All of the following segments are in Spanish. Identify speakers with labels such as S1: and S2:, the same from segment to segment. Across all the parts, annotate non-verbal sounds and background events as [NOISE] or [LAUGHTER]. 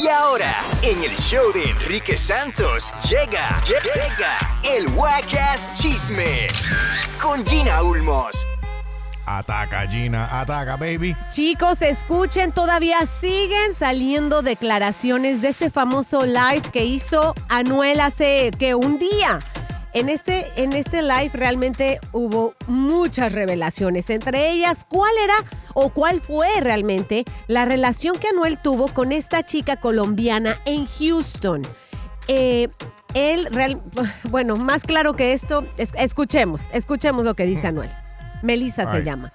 S1: Y ahora, en el show de Enrique Santos, llega, lle- llega el Wacas Chisme con Gina Ulmos.
S2: Ataca, Gina, ataca, baby.
S3: Chicos, escuchen, todavía siguen saliendo declaraciones de este famoso live que hizo Anuel hace que un día. En este, en este live realmente hubo muchas revelaciones, entre ellas cuál era o cuál fue realmente la relación que Anuel tuvo con esta chica colombiana en Houston. Eh, él, real- bueno, más claro que esto, es- escuchemos, escuchemos lo que dice Anuel. Melissa se
S2: Ay.
S3: llama.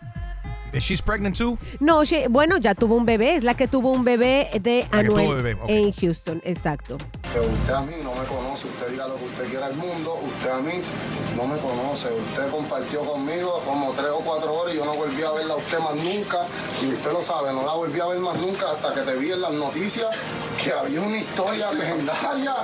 S2: Is she's pregnant too?
S3: No, she- bueno, ya tuvo un bebé, es la que tuvo un bebé de
S2: La que tuvo
S3: Anuel
S2: bebé, ok.
S3: en Houston, exacto.
S4: Pero Pues usted a mí no me conoce, usted diga lo que usted quiera al mundo, usted a mí no me conoce, usted compartió conmigo como tres o cuatro horas y yo no volví a verla a usted más nunca, y usted lo sabe, no la volví a ver más nunca hasta que te vi en las noticias que había una historia legendaria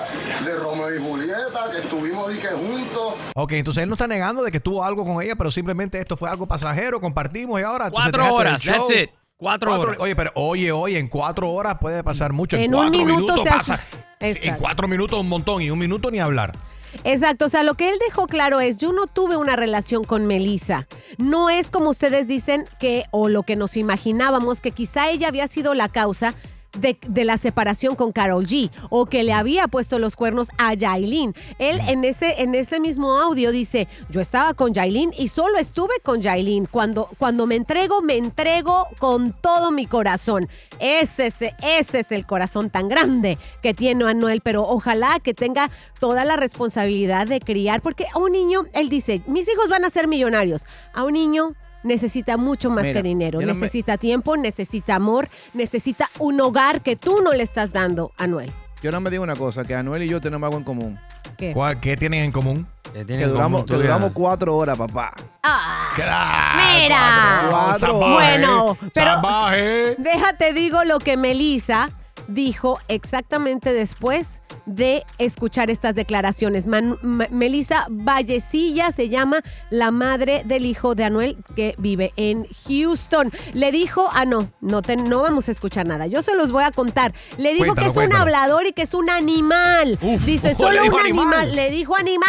S4: de Romeo y Julieta, que estuvimos dique juntos,
S2: Ok, entonces él no está negando de que tuvo algo con ella, pero simplemente esto fue algo pasajero, compartimos y ahora. entonces
S5: Cuatro
S2: dejaste el
S5: horas,
S2: show.
S5: that's it. Cuatro horas.
S2: Oye, pero oye, oye, en cuatro horas puede pasar mucho. En,
S3: En un
S2: cuatro
S3: minuto
S2: minutos
S3: se hace-
S2: pasa. Sí, En
S3: Exacto.
S2: cuatro minutos un montón y un minuto ni hablar.
S3: Exacto, o sea, lo que él dejó claro es, yo no tuve una relación con Melissa. No es como ustedes dicen que, o lo que nos imaginábamos, que quizá ella había sido la causa de, de la separación con Carol G, o que le había puesto los cuernos a Yailin. Él
S2: Mm.
S3: en ese, en ese mismo audio dice, yo estaba con Yailin y solo estuve con Yailin. Cuando, cuando me entrego, me entrego con todo mi corazón. Ese, es- ese es el corazón tan grande que tiene Anuel, pero ojalá que tenga toda la responsabilidad de criar, porque a un niño, él dice, mis hijos van a ser millonarios. A un niño necesita mucho más
S5: Mira,
S3: que dinero,
S5: yo no me-
S3: necesita tiempo, necesita amor, necesita un hogar que tú no le estás dando, Anuel.
S6: Yo no me digo una cosa, que Anuel y yo tenemos algo en común.
S3: ¿Qué?
S2: ¿Cuál- ¿Qué tienen en común?
S6: Que duramos, que duramos cuatro horas, papá.
S3: Ah,
S2: Ay,
S3: Mira.
S2: cuatro horas,
S3: Bueno,
S2: salvaje,
S3: pero-
S2: salvaje.
S3: [LAUGHS] déjate digo lo que Melissa dijo exactamente después de escuchar estas declaraciones. Man- M- Melissa Vallecilla se llama la madre del hijo de Anuel que vive en Houston. Le dijo, ah no, no, te- no vamos a escuchar nada, yo se los voy a contar. Le dijo
S2: Cuéntalo,
S3: que es
S2: cuéntalo.
S3: un hablador y que es un animal.
S2: Uf,
S3: Dice,
S2: le
S3: solo
S2: dijo
S3: un
S2: animal.
S3: animal. Le dijo animal.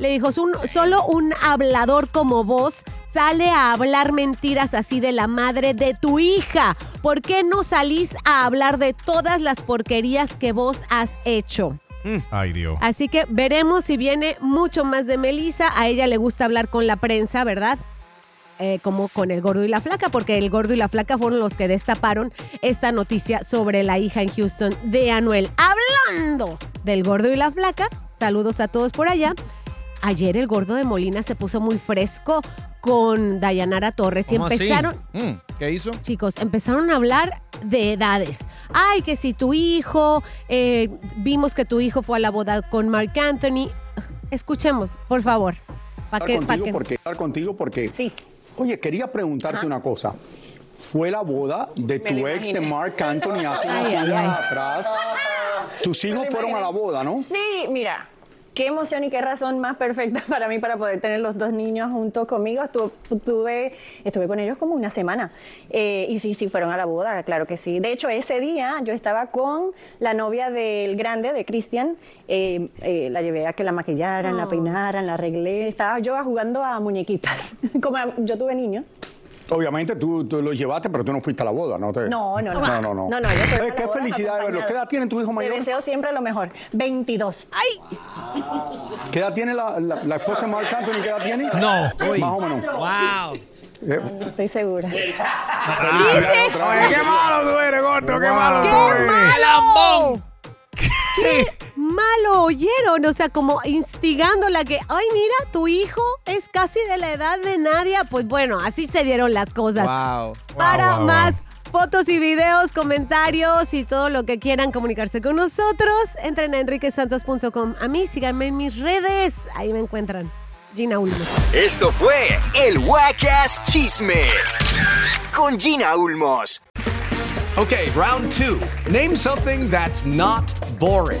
S3: Le dijo, "Es un- solo un hablador como vos sale a hablar mentiras así de la madre de tu hija. ¿Por qué no salís a hablar de todas las porquerías que vos has hecho?
S2: Ay, Dios.
S3: Así que veremos si viene mucho más de Melissa. A ella le gusta hablar con la prensa, ¿verdad? Eh, como con el gordo y la flaca, porque el gordo y la flaca fueron los que destaparon esta noticia sobre la hija en Houston de Anuel. Hablando del gordo y la flaca, saludos a todos por allá. Ayer el gordo de Molina se puso muy fresco con Dayanara Torres y
S5: ¿Cómo así?
S3: empezaron,
S6: Mm, ¿Qué hizo?
S3: chicos, empezaron a hablar de edades. Ay, que si tu hijo, eh, vimos que tu hijo fue a la boda con Mark Anthony. Escuchemos, por favor. Pa' que- pa' que-
S4: porque hablar contigo porque sí. Oye, quería preguntarte una cosa. Fue la boda de tu ex de Mark Anthony hace
S3: Ay,
S4: unos
S3: ay,
S4: años
S3: ay.
S4: atrás. Tus hijos fueron a la boda, ¿no?
S7: Sí, mira, qué emoción y qué razón más perfecta para mí para poder tener los dos niños juntos conmigo. Estuve, tuve- estuve con ellos como una semana. Eh, y sí, sí, fueron a la boda, claro que sí. De hecho, ese día yo estaba con la novia del grande, de Cristian. Eh, eh, la llevé a que la maquillaran, la peinaran, la arreglé. Estaba yo jugando a muñequitas. [LAUGHS] como a- yo tuve niños.
S4: Obviamente tú, tú los llevaste, pero tú no fuiste a la boda, ¿no? Te...
S7: No, no, no.
S4: No, no, no.
S7: No, no, yo estoy
S4: Eh, qué
S7: enamorada,
S4: felicidad de verlo.
S7: acompañada.
S4: ¿Qué edad tiene tu hijo
S7: Te
S4: mayor?
S7: deseo siempre lo mejor. 22.
S4: ¿Qué edad tiene la, la- la esposa de Mark Anthony? ¿Qué edad tiene?
S2: No.
S4: Más o menos.
S5: Wow.
S7: No estoy segura.
S3: Dice,
S2: Oye, qué malo tú eres, gordo, qué malo tú
S3: ¡Qué
S2: eres.
S3: malo! ¡Qué malo oyeron! O sea, como instigándola que, ay, mira, tu hijo es casi de la edad de Nadia. Pues bueno, así se dieron las cosas.
S6: Wow.
S3: Para
S2: wow, wow.
S3: más fotos y videos, comentarios y todo lo que quieran comunicarse con nosotros, entren a enriquesantos.com. A mí, síganme en mis redes, ahí me encuentran. Gina Ulmos.
S1: Esto fue el Wacas Chisme con Gina Ulmos.
S5: Okay, round two. Name something that's not boring.